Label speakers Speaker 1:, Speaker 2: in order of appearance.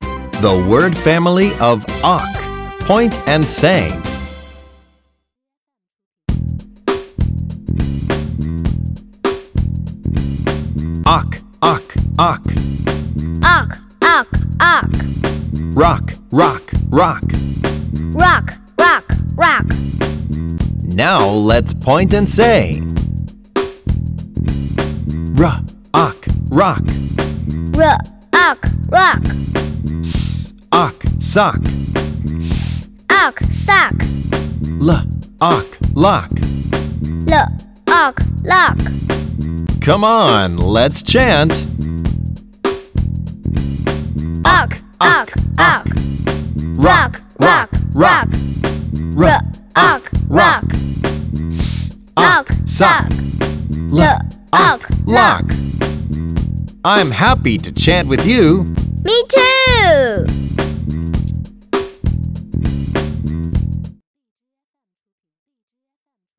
Speaker 1: The word family of ok. Point and say. Ok, ok, ok.
Speaker 2: Ok, ok, ok.
Speaker 1: Rock, rock, rock.
Speaker 2: Rock, rock, rock.
Speaker 1: Now let's point and say. Rock, ok, rock.
Speaker 2: R, ok, rock.
Speaker 1: S, ok, sock.
Speaker 2: Ok, sock.
Speaker 1: L, ok, lock.
Speaker 2: L, ok, lock.
Speaker 1: Come on, let's chant.
Speaker 2: Ok, ok, ok.
Speaker 1: Rock, rock, rock.
Speaker 2: R,
Speaker 1: Rock,
Speaker 2: ok, rock.
Speaker 1: S,
Speaker 2: Ok,
Speaker 1: ok, sock.
Speaker 2: sock.
Speaker 1: L, ok,
Speaker 2: ok,
Speaker 1: lock. I'm happy to chant with you.
Speaker 2: Me too!